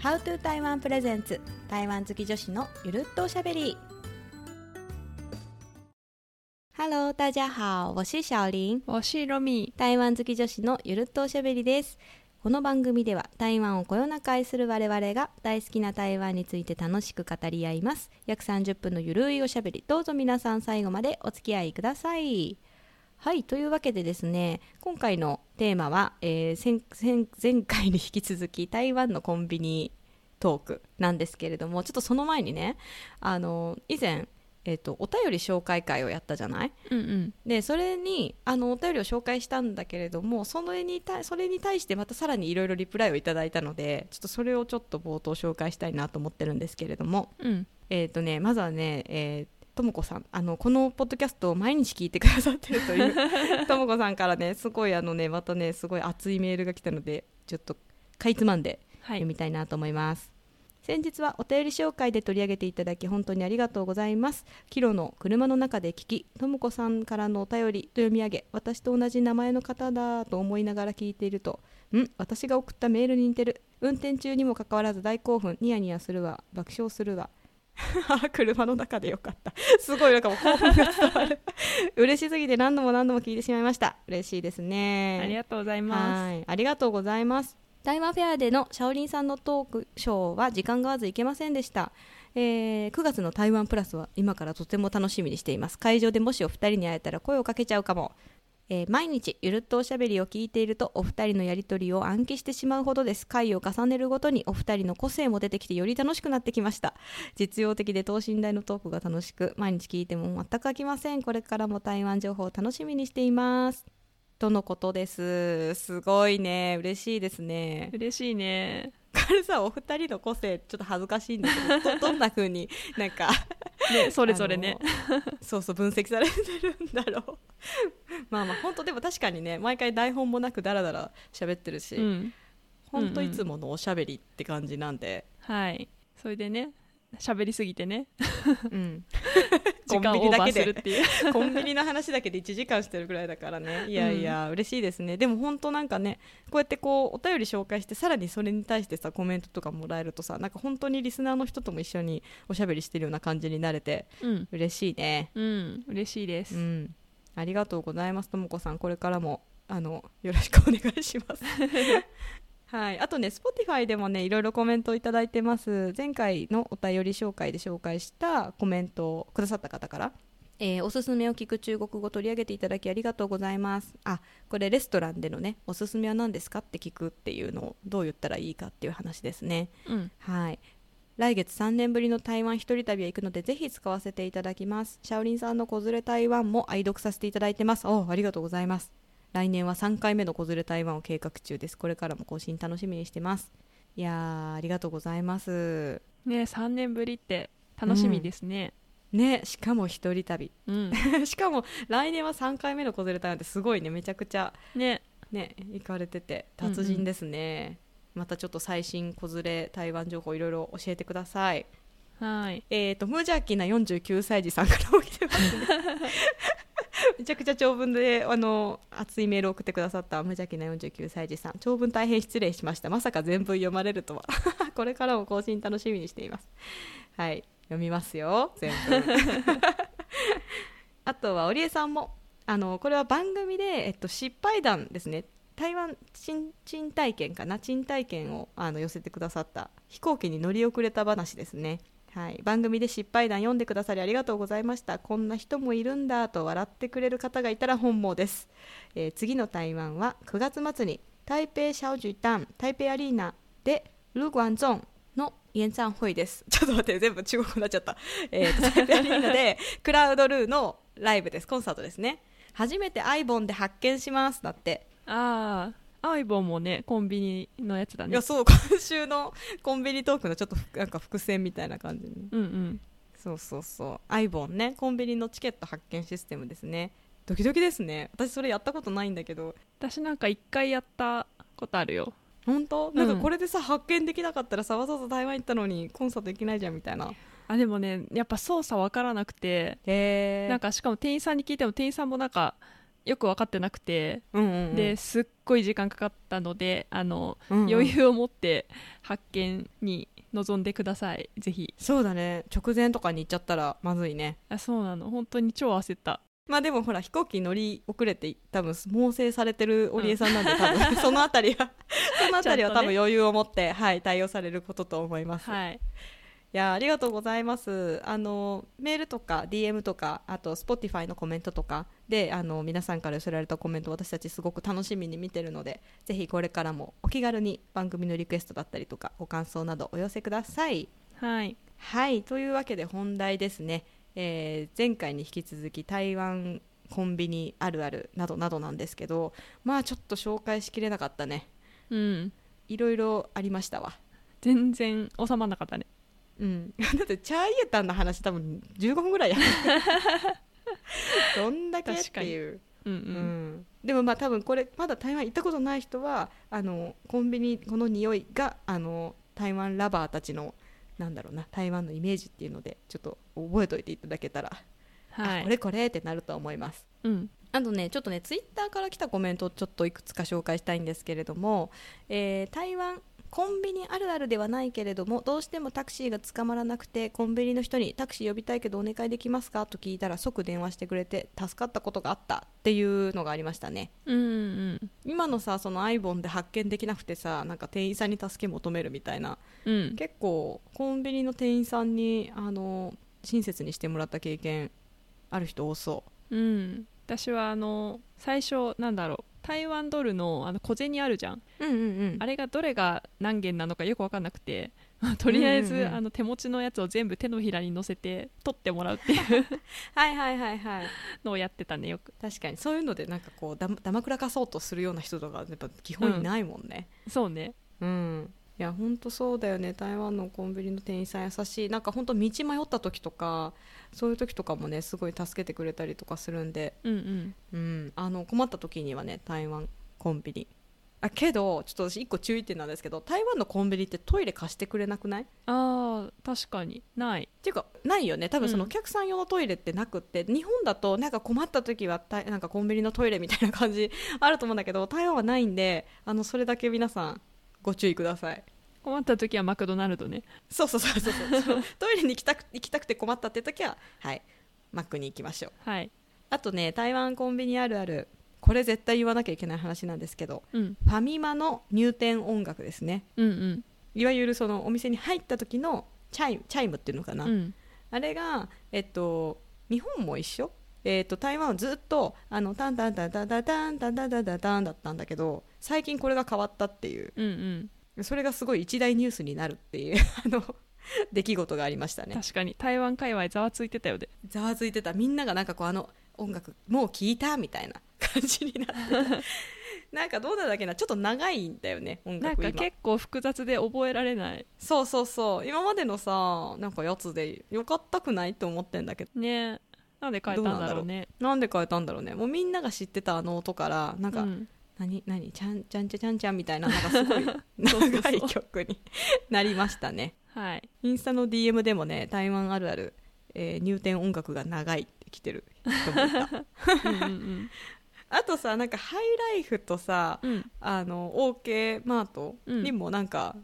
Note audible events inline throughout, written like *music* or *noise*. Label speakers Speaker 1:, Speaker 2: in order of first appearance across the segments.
Speaker 1: How to 台湾プレゼンツ台湾好き女子のゆるっとおしゃべり Hello 大家好我是小林
Speaker 2: 我是ロミ
Speaker 1: 台湾好き女子のゆるっとおしゃべりですこの番組では台湾をこよなく愛する我々が大好きな台湾について楽しく語り合います約30分のゆるいおしゃべりどうぞ皆さん最後までお付き合いくださいはいというわけでですね今回のテーマは、えー先先前回に引き続き台湾のコンビニトークなんですけれどもちょっとその前にねあの以前、えっとお便り紹介会をやったじゃない
Speaker 2: うんうん
Speaker 1: でそれにあのお便りを紹介したんだけれどもその絵に対それに対してまたさらにいろいろリプライをいただいたのでちょっとそれをちょっと冒頭紹介したいなと思ってるんですけれども、
Speaker 2: うん
Speaker 1: えーとね、まずはね、えーともこさんあのこのポッドキャストを毎日聞いてくださってるというともこさんからねすごいあのねまたねすごい熱いメールが来たのでちょっとかいつまんで
Speaker 2: は
Speaker 1: 読みたいなと思います、先日はお便り紹介で取り上げていただき本当にありがとうございますキロの車の中で聞きともこさんからのお便りと読み上げ私と同じ名前の方だと思いながら聞いているとん私が送ったメールに似てる運転中にもかかわらず大興奮ニヤニヤするわ爆笑するわ *laughs* 車の中でよかったすごいなんかもう興奮が伝わる *laughs* 嬉しすぎて何度も何度も聞いてしまいました嬉しいですね
Speaker 2: ありがとうございま
Speaker 1: はい、ありがとうございます。大和フェアでのシャオリンさんのトークショーは時間が合わず行けませんでした、えー9月の台湾プラスは今からとても楽しみにしています会場でもしお二人に会えたら声をかけちゃうかも、えー毎日ゆるっとおしゃべりを聞いているとお二人のやりとりを暗記してしまうほどです回を重ねるごとにお二人の個性も出てきてより楽しくなってきました実用的で等身大のトークが楽しく毎日聞いても全く飽きませんこれからも台湾情報を楽しみにしていますとのことですすごいね嬉しいですね *laughs*
Speaker 2: す嬉しい *laughs* ね
Speaker 1: これさお二人の個性ちょっと恥ずかしいんだけどど *laughs* どんな風になんか
Speaker 2: ねそれぞれね
Speaker 1: あのそうそう分析されてるんだろう *laughs* まあまあ本当でも確かにね毎回台本もなくダラダラ喋ってるし、
Speaker 2: うん
Speaker 1: ほんといつものおしゃべりって感じなんで、
Speaker 2: はいそれでね喋りすぎてね
Speaker 1: うん、
Speaker 2: 時間
Speaker 1: コンビニ
Speaker 2: オー
Speaker 1: だ
Speaker 2: バ
Speaker 1: け
Speaker 2: ー
Speaker 1: です
Speaker 2: るっていう
Speaker 1: コンビニの話だけで1時間してるぐらいだからねいやいや、嬉しいですねでも本当なんかねこうやってこうお便り紹介してさらにそれに対してさコメントとかもらえるとさなんか本当にリスナーの人とも一緒におしゃべりしてるような感じになれて
Speaker 2: *laughs* うん
Speaker 1: 嬉しいね
Speaker 2: うん嬉しいです、
Speaker 1: うんありがとうございますともこさんこれからもあのよろしくお願いし
Speaker 2: *laughs*
Speaker 1: ますはいあとね Spotify でもねいろいろコメントをいただいてます前回のお便り紹介で紹介したコメントをくださった方からえーおすすめを聞く中国語取り上げていただきありがとうございますあこれレストランでのねおすすめは何ですかって聞くっていうのをどう言ったらいいかっていう話ですね
Speaker 2: うん
Speaker 1: はい来月3年ぶりの台湾一人旅へ行くのでぜひ使わせていただきますシャオリンさんの「子連れ台湾」も愛読させていただいてますおありがとうございます来年は3回目の「子連れ台湾」を計画中ですこれからも更新楽しみにしてますいやーありがとうございます
Speaker 2: ね3年ぶりって楽しみですね
Speaker 1: ねしかも一人旅 *laughs*
Speaker 2: うん、
Speaker 1: しかも来年は3回目の「子連れ台湾」ってすごいねめちゃくちゃ
Speaker 2: *laughs* ね
Speaker 1: ね行かれてて達人ですね、またちょっと最新子連れ台湾情報いろいろ教えてください
Speaker 2: はい
Speaker 1: えー、と無邪気な49歳児さんからも来てますね *laughs* めちゃくちゃ長文であの熱いメールを送ってくださった無邪気な49歳児さん長文大変失礼しましたまさか全文読まれるとは *laughs* これからも更新楽しみにしていますはい読みますよ全文 *laughs* あとは織江さんもあのこれは番組で、えっと、失敗談ですね台湾賃賃体験かな賃体験をあの寄せてくださった飛行機に乗り遅れた話ですねはい、番組で失敗談読んでくださりありがとうございましたこんな人もいるんだと笑ってくれる方がいたら本望です、えー次の台湾は9月末に台北シャオジュタン台北アリーナでルーグアンゾンの演唱会です *laughs* ちょっと待って全部中国語になっちゃった、えーと台北アリーナで *laughs* クラウドルーのライブですコンサートですね初めてアイボンで発見しますだって、
Speaker 2: ああアイボンもねコンビニのやつだ
Speaker 1: い
Speaker 2: ね
Speaker 1: やそう今週のコンビニトークのちょっとふなんか伏線みたいな感じね
Speaker 2: うんうん
Speaker 1: そうそうそうアイボンねコンビニのチケット発券システムですねドキドキですね私それやったことないんだけど
Speaker 2: 私なんか一回やったことあるよ
Speaker 1: 本当
Speaker 2: ん
Speaker 1: なんかこれでさ、発券できなかったらさわざわざ台湾行ったのにコンサート行けないじゃんみたいなへ
Speaker 2: あでもねやっぱ操作わからなくて
Speaker 1: え
Speaker 2: なんかしかも店員さんに聞いても店員さんもなんかよく分かってなくて、
Speaker 1: うんうんうん、
Speaker 2: ですっごい時間かかったのであの、
Speaker 1: うんうん
Speaker 2: 余裕を持って発見に臨んでくださいぜひ
Speaker 1: そうだね直前とかに行っちゃったらまずいね
Speaker 2: あそうなの本当に超焦った
Speaker 1: まあでもほら飛行機乗り遅れて多分猛省されてる織江さんなんで、多 *laughs* 分そのあたりはそのあたりは
Speaker 2: ちゃん
Speaker 1: 多
Speaker 2: とね
Speaker 1: 分余裕を持って、はい、対応されることと思います、い、
Speaker 2: はい
Speaker 1: やありがとうございますあのメールとか DM とかあと Spotify のコメントとかであの皆さんから寄せられたコメント私たちすごく楽しみに見てるのでぜひこれからもお気軽に番組のリクエストだったりとかご感想などお寄せください
Speaker 2: はい
Speaker 1: はいというわけで本題ですね、えー前回に引き続き台湾コンビニあるあるなどなどなんですけどまあちょっと紹介しきれなかったね
Speaker 2: うん
Speaker 1: いろいろありましたわ
Speaker 2: 全然収まらなかったね
Speaker 1: うん *laughs* だってチャーイエタンの話多分15分ぐらいや *laughs* どんだけっていう、
Speaker 2: うんう、
Speaker 1: うんん、でもまあ多分これまだ台湾行ったことない人はあのコンビニこの匂いがあの台湾ラバーたちのなんだろうな台湾のイメージっていうのでちょっと覚えておいていただけたら
Speaker 2: は
Speaker 1: あ
Speaker 2: い
Speaker 1: これこれってなると思います
Speaker 2: うん
Speaker 1: あとねちょっとねツイッターから来たコメントをちょっといくつか紹介したいんですけれども、えー台湾コンビニあるあるではないけれどもどうしてもタクシーが捕まらなくてコンビニの人にタクシー呼びたいけどお願いできますかと聞いたら即電話してくれて助かったことがあったっていうのがありましたね
Speaker 2: うんうん
Speaker 1: 今のさそのアイボンで発見できなくてさなんか店員さんに助け求めるみたいな
Speaker 2: うん
Speaker 1: 結構コンビニの店員さんにあの親切にしてもらった経験ある人多そう
Speaker 2: うん私はあの最初なんだろう台湾ドルのあの小銭あるじゃん
Speaker 1: うんうんうん
Speaker 2: あれがどれが何元なのかよく分かんなくてとりあえず、
Speaker 1: うんうんうん
Speaker 2: あの手持ちのやつを全部手のひらに乗せて取ってもらうっていう
Speaker 1: はいはいはいはい
Speaker 2: のをやってたねよく
Speaker 1: 確かにそういうのでなんかこうだまだまくらかそうとするような人とかやっぱ基本いないもんね
Speaker 2: そうね
Speaker 1: うん、いやほんとそうだよね台湾のコンビニの店員さん優しいなんかほんと道迷った時とかそういう時とかもねすごい助けてくれたりとかするんで、
Speaker 2: うんうん
Speaker 1: うん、あの困った時にはね台湾コンビニあけどちょっと私一個注意点なんですけど台湾のコンビニってトイレ貸してくれなくない
Speaker 2: あー確かにない
Speaker 1: っていうかないよね多分そのお
Speaker 2: うん
Speaker 1: 客さん用のトイレってなくって、日本だとなんか困った時はたなんかコンビニのトイレみたいな感じあると思うんだけど台湾はないんであのそれだけ皆さんご注意ください
Speaker 2: 困った時はマクドナルドね
Speaker 1: そうそうそうそうそうそう *laughs* トイレに行きたく行きたくて困ったって時ははいマックに行きましょう
Speaker 2: はい
Speaker 1: あとね台湾コンビニあるあるこれ絶対言わなきゃいけない話なんですけど
Speaker 2: うん
Speaker 1: ファミマの入店音楽ですね
Speaker 2: うんうん
Speaker 1: いわゆるそのお店に入った時のチャイムチャイムっていうのかな、
Speaker 2: うん
Speaker 1: あれが、えっと、日本も一緒、えっと、台湾はずっとあのタンタンタンタンタンタンタンタンタンタンタンだったんだけど最近これが変わったっていう
Speaker 2: うんうん
Speaker 1: それがすごい一大ニュースになるっていう *laughs* あの出来事がありましたね
Speaker 2: 確かに台湾界隈ざわついてたよね
Speaker 1: ざわついてたみんながなんかこうあの音楽もう聞いたみたいな感じになって
Speaker 2: *laughs*
Speaker 1: たなんかどうなんだっけなちょっと長いんだよね音
Speaker 2: なん
Speaker 1: 楽
Speaker 2: か
Speaker 1: 今
Speaker 2: 結構複雑で覚えられない
Speaker 1: そうそうそう今までのさなんかやつでよかったくないと思ってんだけど
Speaker 2: ねなんで変えたんだろうね
Speaker 1: なんで変えたんだろうねもうみんなが知ってたあの音からなんか、
Speaker 2: うん
Speaker 1: 何何ちゃんちゃんちゃんちゃんちゃんみたいななんかす
Speaker 2: *laughs*
Speaker 1: ごい長い曲になりましたね
Speaker 2: *laughs* はい
Speaker 1: インスタの DM でもね台湾あるある、えー入店音楽が長いって来てる人もい
Speaker 2: *laughs*
Speaker 1: た
Speaker 2: うんうん
Speaker 1: あとさなんかハイライフとさ
Speaker 2: うんうん
Speaker 1: あの OK マートにもなんか、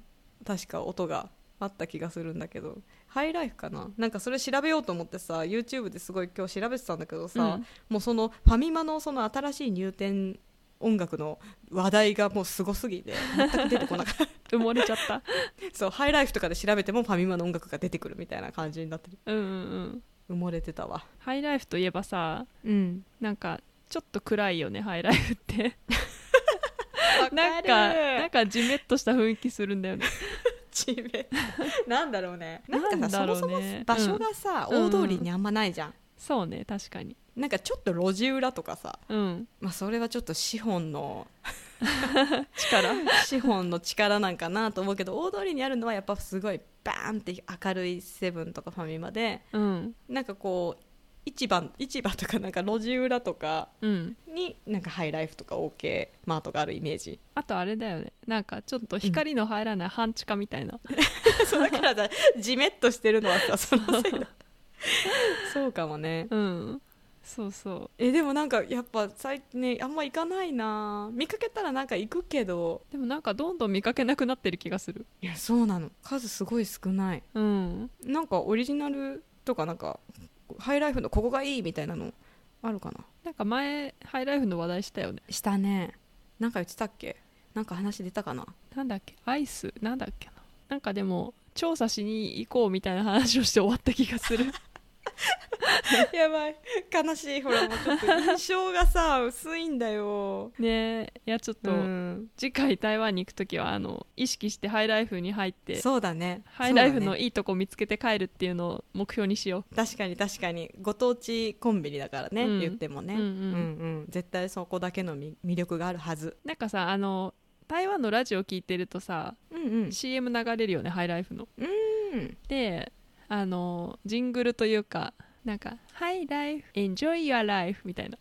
Speaker 1: 確か音があった気がするんだけどハイライフかななんかそれ調べようと思ってさ YouTube ですごい今日調べてたんだけどさ、
Speaker 2: うん
Speaker 1: もうそのファミマのその新しい入店音楽の話題がもうすごすぎて全く出てこな *laughs* かった
Speaker 2: 埋もれちゃった
Speaker 1: そうハイライフとかで調べてもファミマの音楽が出てくるみたいな感じになってる
Speaker 2: うんうんうん
Speaker 1: 埋もれてたわ
Speaker 2: ハイライフといえばさ
Speaker 1: うん
Speaker 2: なんかちょっと暗いよねハイライフって
Speaker 1: な
Speaker 2: なんんかなん
Speaker 1: か
Speaker 2: かジメッとした雰囲気するんだよね
Speaker 1: 地名なんだろうねなんかさ
Speaker 2: なんだろうね
Speaker 1: そもそも場所がさ、
Speaker 2: うん
Speaker 1: 大通りにあんまないじゃん、
Speaker 2: そうね確かに
Speaker 1: なんかちょっと路地裏とかさ
Speaker 2: うん
Speaker 1: まあそれはちょっと資本の *laughs*
Speaker 2: 力
Speaker 1: 資本の力なんかなと思うけど大通りにあるのはやっぱすごいバーンって明るいセブンとかファミマで
Speaker 2: うん
Speaker 1: なんかこう市場市場とかなんか路地裏とか
Speaker 2: うん
Speaker 1: になんかハイライフとか OK マートがあるイメージ *laughs*
Speaker 2: あとあれだよねなんかちょっと光の入らない半地下みたいな、
Speaker 1: そうだから *laughs* さじめっとしてるのはさそのせいだそうかもね
Speaker 2: うん、そうそう
Speaker 1: えでもなんかやっぱ最近ねあんま行かないな見かけたらなんか行くけど
Speaker 2: でもなんかどんどん見かけなくなってる気がする
Speaker 1: いやそうなの数すごい少ない
Speaker 2: うん
Speaker 1: なんかオリジナルとかなんかハイライフのここがいいみたいなのあるかな
Speaker 2: なんか前ハイライフの話題したよね
Speaker 1: したねなんか言ってたっけなんか話出たかな
Speaker 2: なんだっけアイスなんだっけななんかでも調査しに行こうみたいな話をして終わった気
Speaker 1: *laughs*
Speaker 2: がする
Speaker 1: やばい悲しいほらもうちょっと印象がさ薄いんだよ
Speaker 2: ねえいやちょっと、
Speaker 1: うん
Speaker 2: 次回台湾に行く時はあの意識してハイライフに入って
Speaker 1: そうだね
Speaker 2: ハイライフ
Speaker 1: そうだ
Speaker 2: の
Speaker 1: ね
Speaker 2: いいとこ見つけて帰るっていうのを目標にしよ
Speaker 1: 確かに確かにご当地コンビニだからね、
Speaker 2: うん
Speaker 1: 言っても
Speaker 2: う、
Speaker 1: ね、
Speaker 2: うんう
Speaker 1: うん
Speaker 2: ん
Speaker 1: 絶対そこだけのみ魅力があるはず
Speaker 2: なんかさあの台湾のラジオ聞いてるとさ、
Speaker 1: うんうん、
Speaker 2: CM 流れるよねハイライフの
Speaker 1: うん、
Speaker 2: であのジングルというかなんか「ハイライフエンジョイ r アライフ」みたいな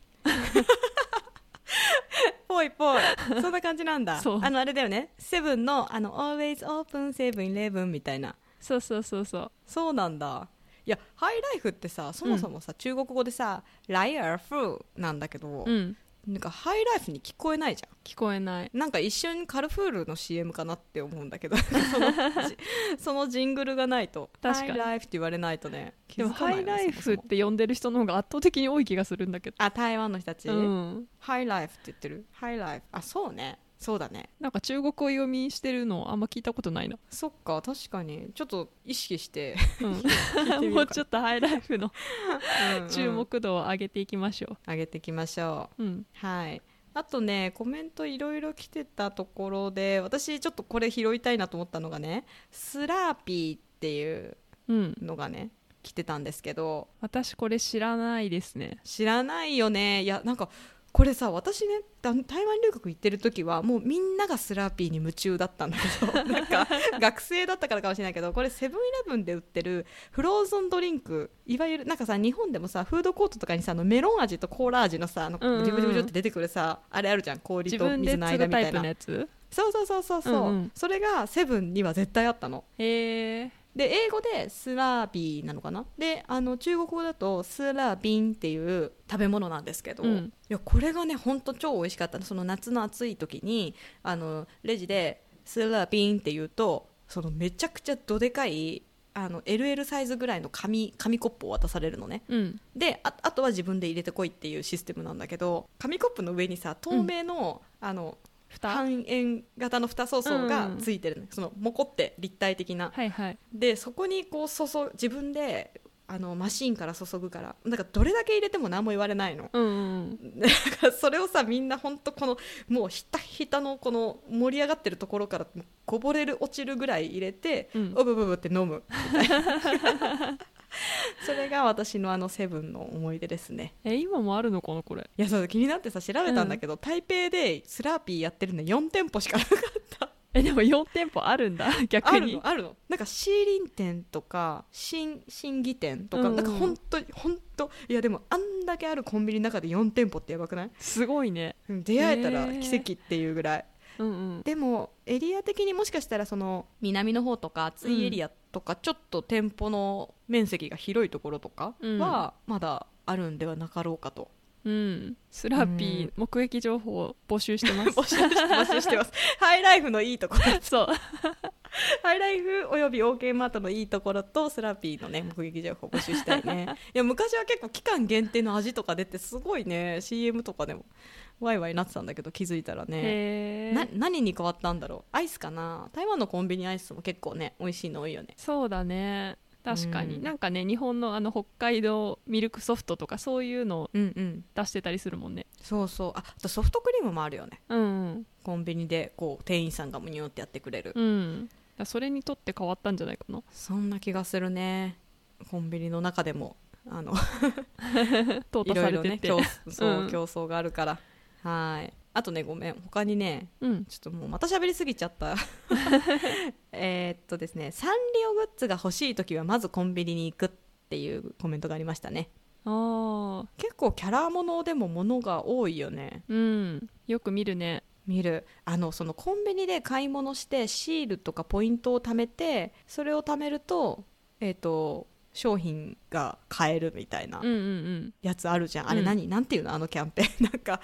Speaker 1: ぽいぽいそんな感じなんだ
Speaker 2: そう
Speaker 1: あのあれだよねセブンのあの Always Open セブンイレブンみたいな
Speaker 2: そうそうそうそう
Speaker 1: そうなんだいやハイライフってさそもそもさ、中国語でさ「ライアーフー」なんだけど、
Speaker 2: うん
Speaker 1: なんかハイライフに聞こえないじゃん
Speaker 2: 聞こえない
Speaker 1: なんか一瞬カルフールの CM かなって思うんだ
Speaker 2: *laughs*
Speaker 1: けど *laughs* そのそのジングルがないと
Speaker 2: 確かに
Speaker 1: ハイライフって言われないとね
Speaker 2: でも
Speaker 1: 気づか
Speaker 2: ハ
Speaker 1: ない
Speaker 2: イ
Speaker 1: よ
Speaker 2: ライ
Speaker 1: そ
Speaker 2: フ
Speaker 1: も
Speaker 2: っ
Speaker 1: そも
Speaker 2: て呼んでる人の方が圧倒的に多い気がするんだけど、
Speaker 1: あ台湾の人たち、
Speaker 2: うん、
Speaker 1: ハイライフって言ってるハイライフあそうねそうだね
Speaker 2: なんか中国語読みしてるのあんま聞いたことないな、
Speaker 1: そっか確かにちょっと意識して *laughs*
Speaker 2: うんもうちょっとハイライフの注
Speaker 1: 注目
Speaker 2: 目度を上げていきましょ
Speaker 1: 上げていきましょう
Speaker 2: う、うん、
Speaker 1: はい。あとね、コメントいろいろ来てたところで、私ちょっとこれ拾いたいなと思ったのがね、スラーピーっていう
Speaker 2: うん、
Speaker 1: のがね、来てたんですけど、
Speaker 2: 私これ知らないですね
Speaker 1: 知らないよね。いや、なんか、これさ、私ね、だ台湾留学行ってる時は、もうみんながスラーピーに夢中だったんだけ
Speaker 2: *laughs*
Speaker 1: ど、なんか、学生だったからかもしれないけど、これセブンイレブンで売ってるフローズンドリンク、いわゆる、なんかさ、日本でもさ、フードコートとかにさ、あのメロン味とコーラ味のさ、あの、
Speaker 2: うんうんうん
Speaker 1: ジュブジュブジュって出てくるさ、あれあるじゃん、氷
Speaker 2: 自
Speaker 1: と
Speaker 2: 分で
Speaker 1: 水の
Speaker 2: 継
Speaker 1: 間
Speaker 2: ぐ
Speaker 1: み
Speaker 2: タ
Speaker 1: た
Speaker 2: イ
Speaker 1: い
Speaker 2: プ
Speaker 1: な
Speaker 2: の。やつ
Speaker 1: そうそうそうそうそう、
Speaker 2: うんうん
Speaker 1: それがセブンには絶対あったの
Speaker 2: へえ
Speaker 1: で英語でスラービーなのかなであの中国語だとスラービンっていう食べ物なんですけど、
Speaker 2: うん
Speaker 1: いやこれがねほんと超美味しかったのその夏の暑い時にあのレジでスラービンって言うとそのめちゃくちゃどでかいあの LL サイズぐらいの紙紙コップを渡されるのね
Speaker 2: うん
Speaker 1: でああとは自分で入れてこいっていうシステムなんだけど紙コップの上にさ透明の,、あの
Speaker 2: 蓋
Speaker 1: 半円型の蓋そうそうがついてるの、そのモコって立体的な
Speaker 2: はいはい
Speaker 1: でそこにこう注ぐ自分であのマシーンから注ぐからなんかどれだけ入れても何も言われないの *laughs*
Speaker 2: うんうん
Speaker 1: だからそれをさみんな本当このもうひたひたのこの盛り上がってるところからこぼれる落ちるぐらい入れて、
Speaker 2: うん
Speaker 1: おぶぶぶって飲
Speaker 2: *laughs*
Speaker 1: む *laughs* みたいなそれが私のあのセブンの思い出ですね
Speaker 2: え今もあるのかなこれ
Speaker 1: いやそう気になってさ調べたんだけど、台北でスラーピーやってるの4店舗しかなかった
Speaker 2: えでも4店舗あるんだ *laughs* 逆
Speaker 1: ある
Speaker 2: に
Speaker 1: のあるのなんかシーリン店とか新新義店とか、
Speaker 2: うん
Speaker 1: なんか本当本当いやでもあんだけあるコンビニの中で4店舗ってやばくない
Speaker 2: すごいね
Speaker 1: うん出会えたら
Speaker 2: へー
Speaker 1: 奇跡っていうぐらい、
Speaker 2: うんうん
Speaker 1: でもエリア的にもしかしたらその南の方とか暑いエリアとか、ちょっと店舗の面積が広いところとかはまだあるんではなかろうかと、
Speaker 2: うんスラッピ
Speaker 1: う
Speaker 2: ー目撃情報を募集してま
Speaker 1: *laughs* 募集して募集して
Speaker 2: *laughs*
Speaker 1: ますハイライフのいいところ
Speaker 2: す *laughs* そう
Speaker 1: ハイライフおよび OK マートのいいところとスラピーのね目撃情報募集したい *laughs* ねいや昔は結構期間限定の味とか出てすごいね CM とかでもワイワイなってたんだけど気づいたらね
Speaker 2: へ
Speaker 1: な
Speaker 2: え
Speaker 1: 何に変わったんだろうアイスかな台湾のコンビニアイスも結構ね美味しいの多いよね
Speaker 2: そうだね確か
Speaker 1: う
Speaker 2: に
Speaker 1: ん
Speaker 2: なんかね日本のあの北海道ミルクソフトとかそういうのを
Speaker 1: うんうん
Speaker 2: 出してたりするもんね
Speaker 1: そうそうああとソフトクリームもあるよね
Speaker 2: うん
Speaker 1: コンビニでこう店員さんがむにゅってやってくれる、
Speaker 2: うん、うん、だからそれにとって変わったんじゃないか
Speaker 1: *laughs*
Speaker 2: な
Speaker 1: そんな気がするねコンビニの中でもあの
Speaker 2: 淘
Speaker 1: い
Speaker 2: 汰
Speaker 1: ろ
Speaker 2: さ
Speaker 1: い
Speaker 2: れ
Speaker 1: ろ
Speaker 2: て
Speaker 1: ね
Speaker 2: て
Speaker 1: 競 *laughs* 争そう、
Speaker 2: うん
Speaker 1: 競争があるからはいあとねごめん他にね
Speaker 2: うん
Speaker 1: ちょっともうまた喋りすぎちゃった
Speaker 2: *laughs*
Speaker 1: えーっとですねサンリオグッズが欲しい時はまずコンビニに行くっていうコメントがありましたね
Speaker 2: ああ
Speaker 1: 結構キャラものでも物が多いよね
Speaker 2: うんよく見るね
Speaker 1: 見るあのそのコンビニで買い物してシールとかポイントを貯めてそれを貯めるとえーっと商品が買えるみたいな
Speaker 2: うんうんうん
Speaker 1: やつあるじゃん、あれ
Speaker 2: うん
Speaker 1: 何なんていうのあのキャンペーン *laughs* なんか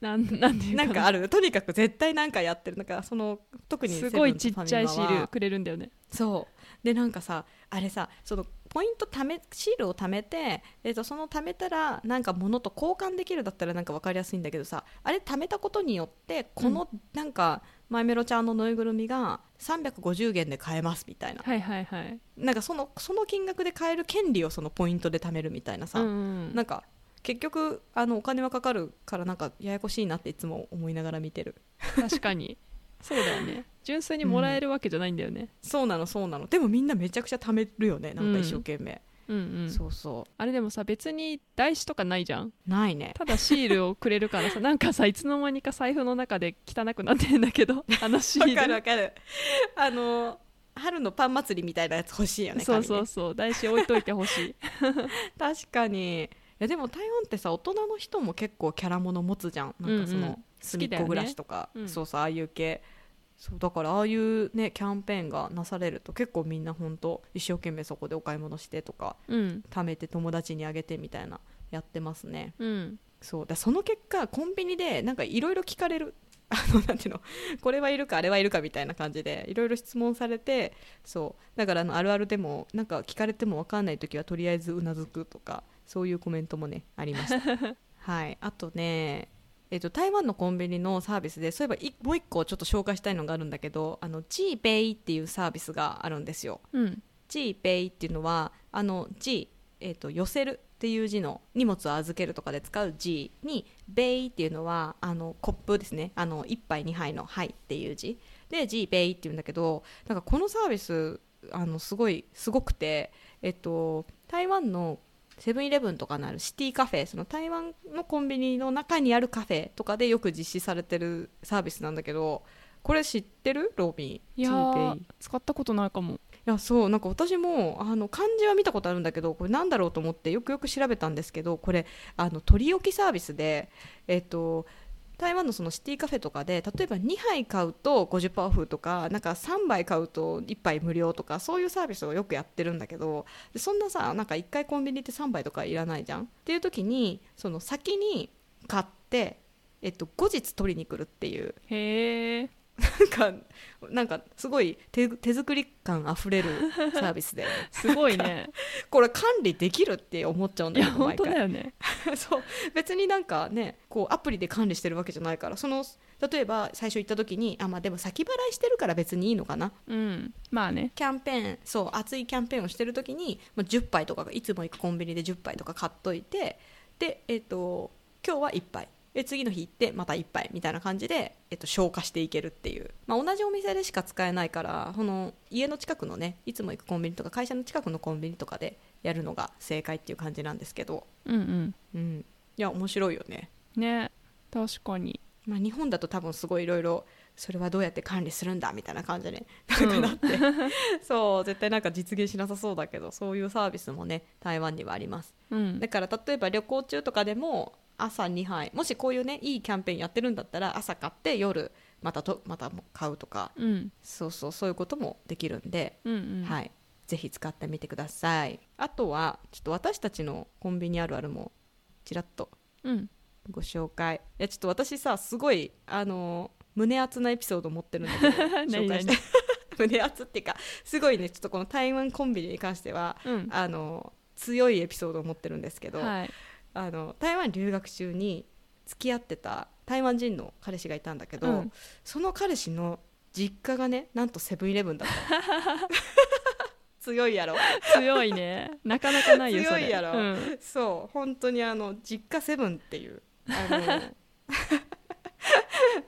Speaker 2: なんなんていうか
Speaker 1: *laughs* なんかあるとにかく絶対なんかやってるなんかその特に
Speaker 2: すごいちっちゃいシ
Speaker 1: セブンとファミマは
Speaker 2: ールくれるんだよね
Speaker 1: そうでなんかさあれさそのポイント貯めシールを貯めて、えっとその貯めたらなんか物と交換できるだったらなんか分かりやすいんだけどさあれ貯めたことによってこのなんか、マイメロちゃんのぬいぐるみが350元で買えますみたいな
Speaker 2: はいはいはい
Speaker 1: なんかそのその金額で買える権利をそのポイントで貯めるみたいなさ、
Speaker 2: うんうん
Speaker 1: なんか結局あのお金はかかるからなんかややこしいなっていつも思いながら見てる
Speaker 2: 確
Speaker 1: *laughs*
Speaker 2: かにそうだよね純粋にもらえるわけじゃないんだよね、
Speaker 1: そうなのそうなのでもみんなめちゃくちゃ貯めるよねなんか一生懸命、
Speaker 2: うん、うん
Speaker 1: そうそ
Speaker 2: あれでもさ別に台紙とかないじゃん
Speaker 1: うないね
Speaker 2: ただシールをくれるからさなんかさいつの間にか財布の中で汚くなってんだけどあのシー
Speaker 1: わ
Speaker 2: ル
Speaker 1: かるわかるあの春のパン祭りみたいなやつ欲しいよね
Speaker 2: そうそ
Speaker 1: 紙
Speaker 2: う
Speaker 1: ね
Speaker 2: そう台紙置いといてほしい
Speaker 1: 確かにいやでも台湾ってさ大人の人も結構キャラもの持つじゃんなんかその、
Speaker 2: うんうん
Speaker 1: 隅っ
Speaker 2: 好きだよ
Speaker 1: こ
Speaker 2: ね
Speaker 1: 暮らしとか、
Speaker 2: うん
Speaker 1: そうそうああいう系そうだからああいうねキャンペーンがなされると結構みんなほんと一生懸命そこでお買い物してとか
Speaker 2: うん
Speaker 1: 貯めて友達にあげてみたいなやってますね
Speaker 2: うん
Speaker 1: そうだその結果コンビニでなんかいろいろ聞かれる *laughs* あのなんていうのこれはいるかあれはいるかみたいな感じでいろいろ質問されてそうだからあのあるあるでもなんか聞かれても分かんない時はとりあえずうなずくとかそういうコメントもねありましたはいあとねえっと、台湾のコンビニのサービスでそういえばいもう一個ちょっと紹介したいのがあるんだけどあの g p a y っていうサービスがあるんですよ
Speaker 2: うん
Speaker 1: ジーペイっていうのはあの G、えー、と寄せるっていう字の荷物を預けるとかで使う G にベイっていうのはあのコップですねあの1杯2杯の「はい」っていう字で G ペイっていうんだけどなんかこのサービスあのすごいすごくて、えっと、台湾のセブンイレブンとかのあるシティカフェその台湾のコンビニの中にあるカフェとかでよく実施されてるサービスなんだけどこれ知ってるロビン
Speaker 2: いや
Speaker 1: GPay
Speaker 2: ー使ったことないかも
Speaker 1: いやそうなんか私もあの漢字は見たことあるんだけどこれなんだろうと思ってよくよく調べたんですけどこれあの取り置きサービスで、えっと台湾のそのシティカフェとかで例えば2杯買うと50%オフとかなんか3杯買うと1杯無料とかそういうサービスをよくやってるんだけどでそんなさなんか1回コンビニって3杯とかいらないじゃんっていう時にその先に買って、えっと、後日取りに来るっていう
Speaker 2: へえ
Speaker 1: なんかなんかすごい手手作り感あふれる
Speaker 2: *laughs*
Speaker 1: サービスで
Speaker 2: すごいね
Speaker 1: *laughs* これ管理できるって思っちゃうん
Speaker 2: い
Speaker 1: だけ
Speaker 2: や
Speaker 1: ど
Speaker 2: 本
Speaker 1: 毎
Speaker 2: 当だ
Speaker 1: 回 *laughs*
Speaker 2: よね
Speaker 1: そう別になんかねこうアプリで管理してるわけじゃないからその例えば最初行った時にあまあでも先払いしてるから別にいいのかな
Speaker 2: うんまあね
Speaker 1: キャンペーンそう熱いキャンペーンをしてる時に、まあ、10杯とかがいつも行くコンビニで10杯とか買っといてでえっ、と今日は1杯で次の日行ってまた1杯みたいな感じで、えっと消化していけるっていう、まあ、同じお店でしか使えないからこの家の近くのねいつも行くコンビニとか会社の近くのコンビニとかでやるのが正解っていう感じなんですけど、
Speaker 2: うんうん
Speaker 1: うん、いや面白いよね、
Speaker 2: ね確かに
Speaker 1: まあ、日本だと多分すごいいろいろそれはどうやって管理するんだみたいな感じ *laughs* で
Speaker 2: うん
Speaker 1: そう絶対なんか実現しなさそうだけどそういうサービスもね台湾にはあります
Speaker 2: うん
Speaker 1: だから例えば旅行中とかでも朝2杯もしこういうねいいキャンペーンやってるんだったら朝買って夜またとまた買うとか
Speaker 2: うん
Speaker 1: そうそうそういうこともできるんで、
Speaker 2: うんうん
Speaker 1: はいぜひ使ってみてくださいあとはちょっと私たちのコンビニあるあるもちらっと *laughs*
Speaker 2: うん
Speaker 1: ご紹介いやちょっと私さすごいあの胸熱なエピソード持ってるんだ
Speaker 2: *laughs*
Speaker 1: けど紹介して *laughs* 胸熱っていうかすごいねちょっとこの台湾コンビニに関しては
Speaker 2: うん
Speaker 1: あの強いエピソードを持ってるんですけど、
Speaker 2: はい
Speaker 1: あの台湾留学中に付き合ってた台湾人の彼氏がいたんだけど、
Speaker 2: うん
Speaker 1: その彼氏の実家がねなんとセブンイレブンだった
Speaker 2: *laughs*
Speaker 1: 強いやろ
Speaker 2: 強いねなかなかないよそ
Speaker 1: *laughs*
Speaker 2: れ
Speaker 1: 強いやろ
Speaker 2: うん
Speaker 1: そう本当にあの実家セブンっていうあ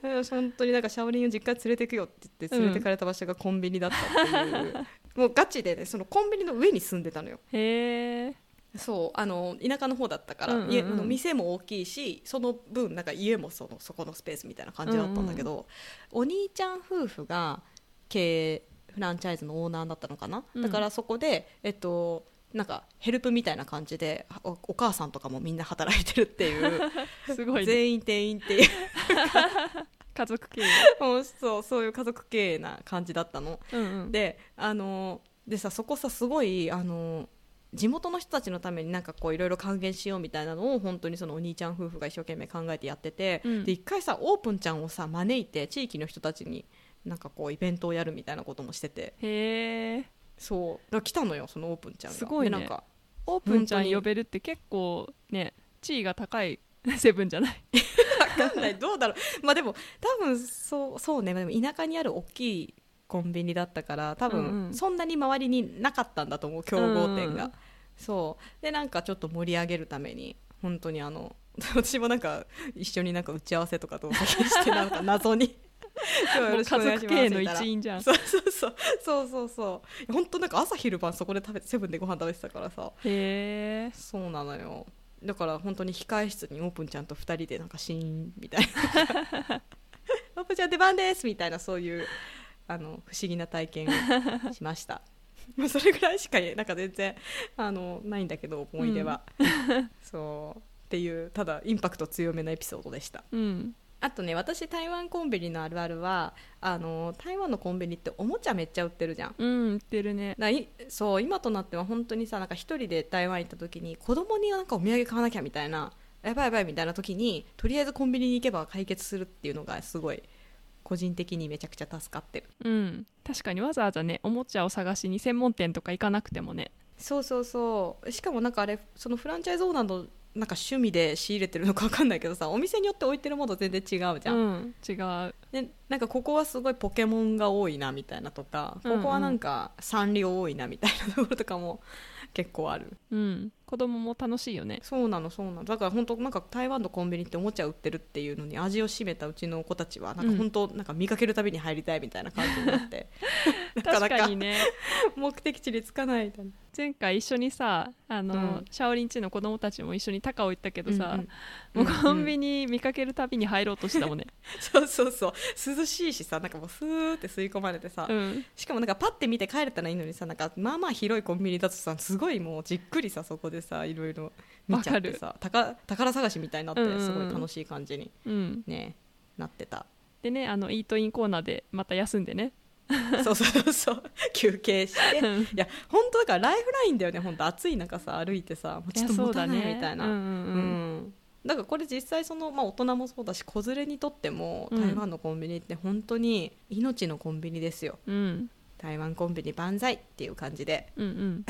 Speaker 1: の *laughs* 本当になんかシャオリンを実家に連れてくよって言って連れてかれた場所がコンビニだったっていう、もうガチでねそのコンビニの上に住んでたのよ
Speaker 2: へえ
Speaker 1: そうあの田舎の方だったから、
Speaker 2: うんうんうん
Speaker 1: 家あの店も大きいしその分なんか家もそのそこのスペースみたいな感じだったんだけど、お兄ちゃん夫婦が経営フランチャイズのオーナーだったのかな、
Speaker 2: うん
Speaker 1: だからそこでえっとなんかヘルプみたいな感じでおお母さんとかもみんな働いてるっていう
Speaker 2: *laughs* すごいね
Speaker 1: 全員店員っていう *laughs*
Speaker 2: 家族経営
Speaker 1: もうそうそういう家族経営な感じだったの
Speaker 2: うんうん
Speaker 1: であのでさそこさすごいあの地元の人たちのためになんかこういろいろ還元しようみたいなのを本当にそのお兄ちゃん夫婦が一生懸命考えてやってて、
Speaker 2: うん
Speaker 1: で一回さオープンちゃんをさ招いて地域の人たちになんかこうイベントをやるみたいなこともしてて
Speaker 2: へえ
Speaker 1: そうだから来たのよそのオープンちゃんが
Speaker 2: すごい
Speaker 1: で
Speaker 2: ね
Speaker 1: なんか
Speaker 2: オープンちゃ
Speaker 1: 本当
Speaker 2: ん
Speaker 1: に
Speaker 2: 呼べるって結構ね地位が高いセブンじゃない
Speaker 1: わかんないどうだろうまあでも多分そうそうねでも田舎にある大きいコンビニだったから多
Speaker 2: うんう
Speaker 1: 分
Speaker 2: ん
Speaker 1: そんなに周りになかったんだと思う競合店が、
Speaker 2: うん
Speaker 1: そうでなんかちょっと盛り上げるために本当にあの *laughs* 私もなんか一緒になんか打ち合わせとかとお酒してなんか謎に今日は
Speaker 2: も
Speaker 1: よ
Speaker 2: う
Speaker 1: ろしくお
Speaker 2: 家
Speaker 1: 願いし
Speaker 2: 族
Speaker 1: ます
Speaker 2: 経営の
Speaker 1: みたいな
Speaker 2: 一員じゃん
Speaker 1: そうそうそうそうそうそう本当なんか朝昼晩そこで食べてセブンでご飯食べてたからさ
Speaker 2: へえ
Speaker 1: そうなのよだから本当に控え室にオープンちゃんと2人でなんかシーンみたい *laughs* なオープンちゃん出番ですみたいなそういうあの不思議な体験をしました *laughs* まあそれぐらいしかなんか全然あのないんだけど思い出は、そうっていうただインパクト強めのエピソードでした
Speaker 2: うん
Speaker 1: あとね私台湾コンビニのあるあるはあの台湾のコンビニっておもちゃめっちゃ売ってるじゃん
Speaker 2: うん言ってるね
Speaker 1: ないそう今となっては本当にさなんか一人で台湾行った時に子供になんかお土産買わなきゃみたいなやばいやばいみたいな時にとりあえずコンビニに行けば解決するっていうのがすごい個人的にめちゃくちゃ助かってる
Speaker 2: うん確かにわざわざねおもちゃを探しに専門店とか行かなくてもね
Speaker 1: そうそうそうしかもなんかあれそのフランチャイズオーナーのなんか趣味で仕入れてるのか分かんないけどさお店によって置いてるもの全然違うじゃん、
Speaker 2: うん違う
Speaker 1: でなんかここはすごいポケモンが多いなみたいなとかここはなんかサンリオ多いなみたいなところとかも結構ある
Speaker 2: うん子供も楽しいよ
Speaker 1: *laughs*
Speaker 2: ね
Speaker 1: そうなのそうなのだから本当なんか台湾のコンビニっておもちゃ売ってるっていうのに味を占めたうちの子たちはなん
Speaker 2: うん
Speaker 1: か本当なんか見かけるたびに入りたいみたいな感じになって
Speaker 2: *laughs*
Speaker 1: なか
Speaker 2: 確
Speaker 1: な
Speaker 2: か
Speaker 1: か
Speaker 2: にね
Speaker 1: 目的地につかないみたいな
Speaker 2: 前回一緒にさあの、
Speaker 1: うん
Speaker 2: シャオリンチの子供たちも一緒に高尾行ったけどさ、
Speaker 1: うんうん
Speaker 2: もうコンビニ見かけるたびに入ろうとした
Speaker 1: *laughs*
Speaker 2: もんね、
Speaker 1: そうそうそう涼しいしさなんかもうスーって吸い込まれてさ、
Speaker 2: うん、
Speaker 1: しかもなんかパッて見て帰れたらいいのにさなんかまあまあ広いコンビニだとさすごいもうじっくりさそこでさいろいろ見ちゃってさ宝宝探しみたいになって
Speaker 2: うんうんうん
Speaker 1: すごい楽しい感じに、
Speaker 2: うん、
Speaker 1: ねなってた
Speaker 2: でねあのイートインコーナーでまた休んでね
Speaker 1: *laughs* そうそうそう *laughs* 休憩していや本当だからライフラインだよね本当暑い中さ歩いてさもうちょっと
Speaker 2: いやそ
Speaker 1: 持
Speaker 2: うだ
Speaker 1: た
Speaker 2: ね
Speaker 1: ないみたいな
Speaker 2: う
Speaker 1: うんん
Speaker 2: う
Speaker 1: うんん
Speaker 2: うん
Speaker 1: だからこれ実際その、まあ、大人もそうだし子連れにとっても
Speaker 2: うん
Speaker 1: 台湾のコンビニって本当に命のコンビニですよ、
Speaker 2: うん
Speaker 1: 台湾コンビニ万歳っていう感じで *laughs*
Speaker 2: うんうん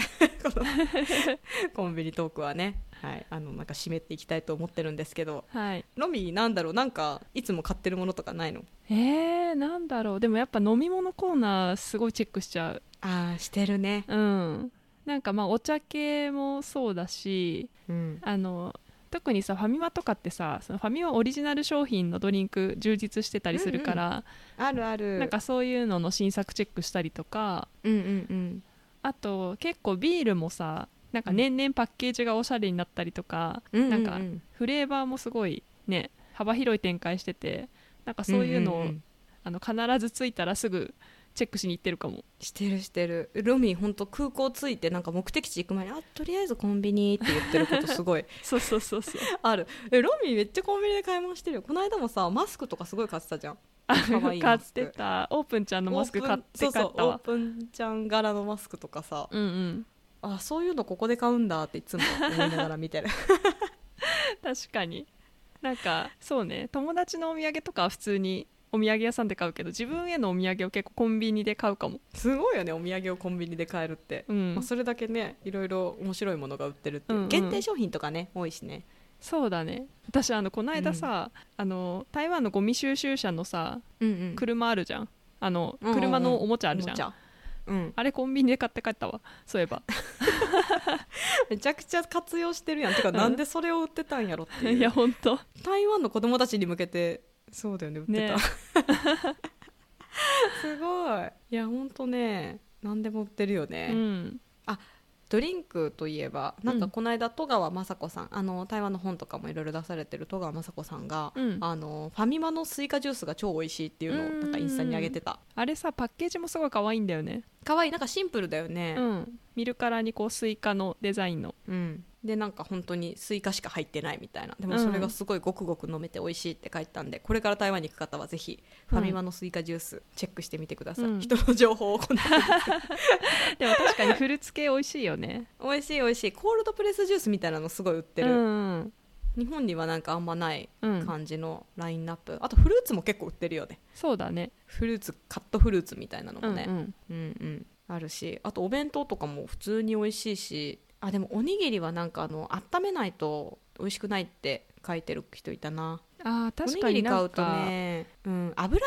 Speaker 1: コンビニトークはね、はい、あのなんか締めていきたいと思ってるんですけど
Speaker 2: はい
Speaker 1: ロミーなんだろうなんかいつも買ってるものとかないの
Speaker 2: えー、なんだろうでもやっぱ飲み物コーナーすごいチェックしちゃう
Speaker 1: ああしてるね、
Speaker 2: うんなんかまあお茶系もそうだし
Speaker 1: うん、
Speaker 2: あの特にさファミマとかってさそのファミマオリジナル商品のドリンク充実してたりするから、
Speaker 1: あるある
Speaker 2: なんかそういうのの新作チェックしたりとか
Speaker 1: うんうんうん
Speaker 2: あと結構ビールもさなんか年々パッケージがおしゃれになったりとか、
Speaker 1: うん
Speaker 2: なんか
Speaker 1: うう
Speaker 2: フレーバーもすごいね幅広い展開しててなんかそういうのを、
Speaker 1: んんん
Speaker 2: あの必ず着いたらすぐチェックしに行ってるかも
Speaker 1: してるしてるロミー本当空港着いてなんか目的地行く前に「あとりあえずコンビニ」って言ってることす
Speaker 2: *laughs*
Speaker 1: ごい
Speaker 2: そうそうそうそう
Speaker 1: あるえロミーめっちゃコンビニで買い物してるよこの間もさマスクとかすごい買ってたじゃん
Speaker 2: あ
Speaker 1: かわいい
Speaker 2: 買
Speaker 1: マ
Speaker 2: っ
Speaker 1: スク
Speaker 2: てたオープンちゃんのマスク買って帰
Speaker 1: オープンそ
Speaker 2: った
Speaker 1: うそうオー
Speaker 2: わ
Speaker 1: プンちゃん柄のマスクとかさ
Speaker 2: うんうん
Speaker 1: あそういうのここで買うんだっていつも思いながら見て
Speaker 2: *laughs*
Speaker 1: る
Speaker 2: 確かになんかそうね友達のお土産とかは普通にお土産屋さんで買うけど自分へのお土産を結構コンビニで買うかも
Speaker 1: すごいよねお土産をコンビニで買えるって、
Speaker 2: うん
Speaker 1: まあ、それだけねいろいろ面白いものが売ってるっていう、
Speaker 2: うんうん
Speaker 1: 限定商品とかね多いしね
Speaker 2: そうだね私あのこの間さ、あの台湾のゴミ収集車のさ
Speaker 1: うんうん
Speaker 2: 車あるじゃんあの
Speaker 1: うんうんうん
Speaker 2: 車のおもちゃあるじゃん、
Speaker 1: うん、
Speaker 2: あれコンビニで買って帰ったわそういえば
Speaker 1: めちゃくちゃ活用してるやんてか、
Speaker 2: うん
Speaker 1: なんでそれを売ってたんやろっていう
Speaker 2: いや本当
Speaker 1: 台湾の子供たちに向けてそうだよね売ってた、
Speaker 2: ね
Speaker 1: *laughs* すごいいやほんとね何でも売ってるよね、
Speaker 2: うん
Speaker 1: ドリンクといえばなん
Speaker 2: う
Speaker 1: か
Speaker 2: ん
Speaker 1: この間戸川雅子さんあの台湾の本とかもいろいろ出されてる戸川雅子さんが、
Speaker 2: うん
Speaker 1: あのファミマのスイカジュースが超美味しいっていうのを
Speaker 2: うん
Speaker 1: なんかインスタに上げてた
Speaker 2: あれさパッケージもすごい可愛いんだよね
Speaker 1: 可愛いなんかシンプルだよね
Speaker 2: うん見るからにこうスイカのデザインの
Speaker 1: うん、でなんか本当にスイカしか入ってないみたいなでもそれがすごいごくごく飲めて美味しいって書いてたんで、これから台湾に行く方はぜひファミマのスイカジュースチェックしてみてください、
Speaker 2: うん
Speaker 1: 人の情報をこんな
Speaker 2: でも確かにフルーツ系美味しいよね
Speaker 1: 美味しい美味しいコールドプレスジュースみたいなのすごい売って
Speaker 2: う
Speaker 1: る、
Speaker 2: ん
Speaker 1: 日本にはなんかあんまない
Speaker 2: うん、
Speaker 1: 感じのラインナップあとフルーツも結構売ってるよね
Speaker 2: そうだね
Speaker 1: フルーツカットフルーツみたいなの
Speaker 2: う
Speaker 1: も
Speaker 2: ん
Speaker 1: ね、
Speaker 2: うん
Speaker 1: うんうん、あるしあとお弁当とかも普通に美味しいしあでもおにぎりはなんかあの温めないと美味しくないって書いてる人いたな
Speaker 2: あー
Speaker 1: お
Speaker 2: 確
Speaker 1: に
Speaker 2: か
Speaker 1: ぎ
Speaker 2: に
Speaker 1: り
Speaker 2: な
Speaker 1: 買
Speaker 2: ん
Speaker 1: うと
Speaker 2: か、
Speaker 1: ね、うん、油が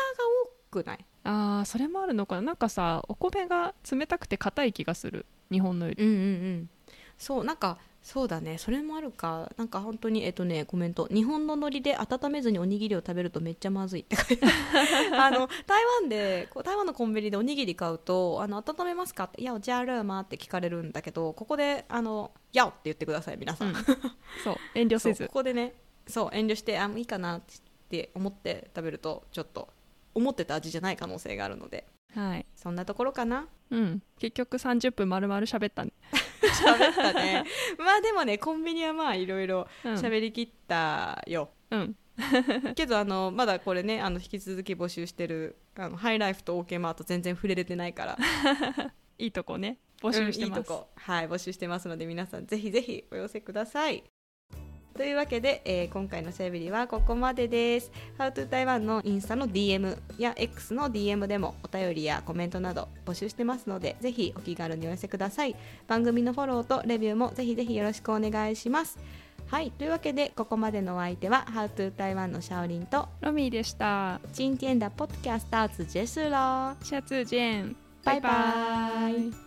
Speaker 1: 多くない
Speaker 2: ああそれもあるのかななんかさお米が冷たくて硬い気がする日本のより
Speaker 1: うんうんうんそうなんかそうだねそれもあるかなんか本当にえっとねコメント「日本の海苔で温めずにおにぎりを食べるとめっちゃまずい」って書いてあるあの台湾でこう台湾のコンビニでおにぎり買うと「あの温めますか?」って「いやおじゃるーま」って聞かれるんだけどここで「あのやお」って言ってください皆さん、
Speaker 2: うんそう遠慮
Speaker 1: そ
Speaker 2: せ
Speaker 1: うこ
Speaker 2: ず
Speaker 1: こでねそう遠慮してあもういいかなって思って食べるとちょっと思ってた味じゃない可能性があるので
Speaker 2: はい
Speaker 1: そんなところかな
Speaker 2: うん結局30分丸々喋ったね、
Speaker 1: 喋ったね *laughs* まあでもねコンビニはまあいろいろ
Speaker 2: うん、
Speaker 1: 喋りきったよ、
Speaker 2: うん
Speaker 1: けどあのまだこれねあの引き続き募集してるあのハイライフと OK マート全然触れれてないから
Speaker 2: いいとこね募集してます、
Speaker 1: うんいいとこはい募集してますので皆さんぜひぜひお寄せくださいというわけで、えー今回のおしゃべりはここまでです「How to Taiwan」のインスタの DM や X の DM でもお便りやコメントなど募集してますのでぜひお気軽にお寄せください番組のフォローとレビューもぜひぜひよろしくお願いしますはいというわけでここまでのお相手は「How to Taiwan」のシャオリンと
Speaker 2: ロミーでした
Speaker 1: 「今天的 Podcast ジェスロー
Speaker 2: シャツジェーン
Speaker 1: バイバイ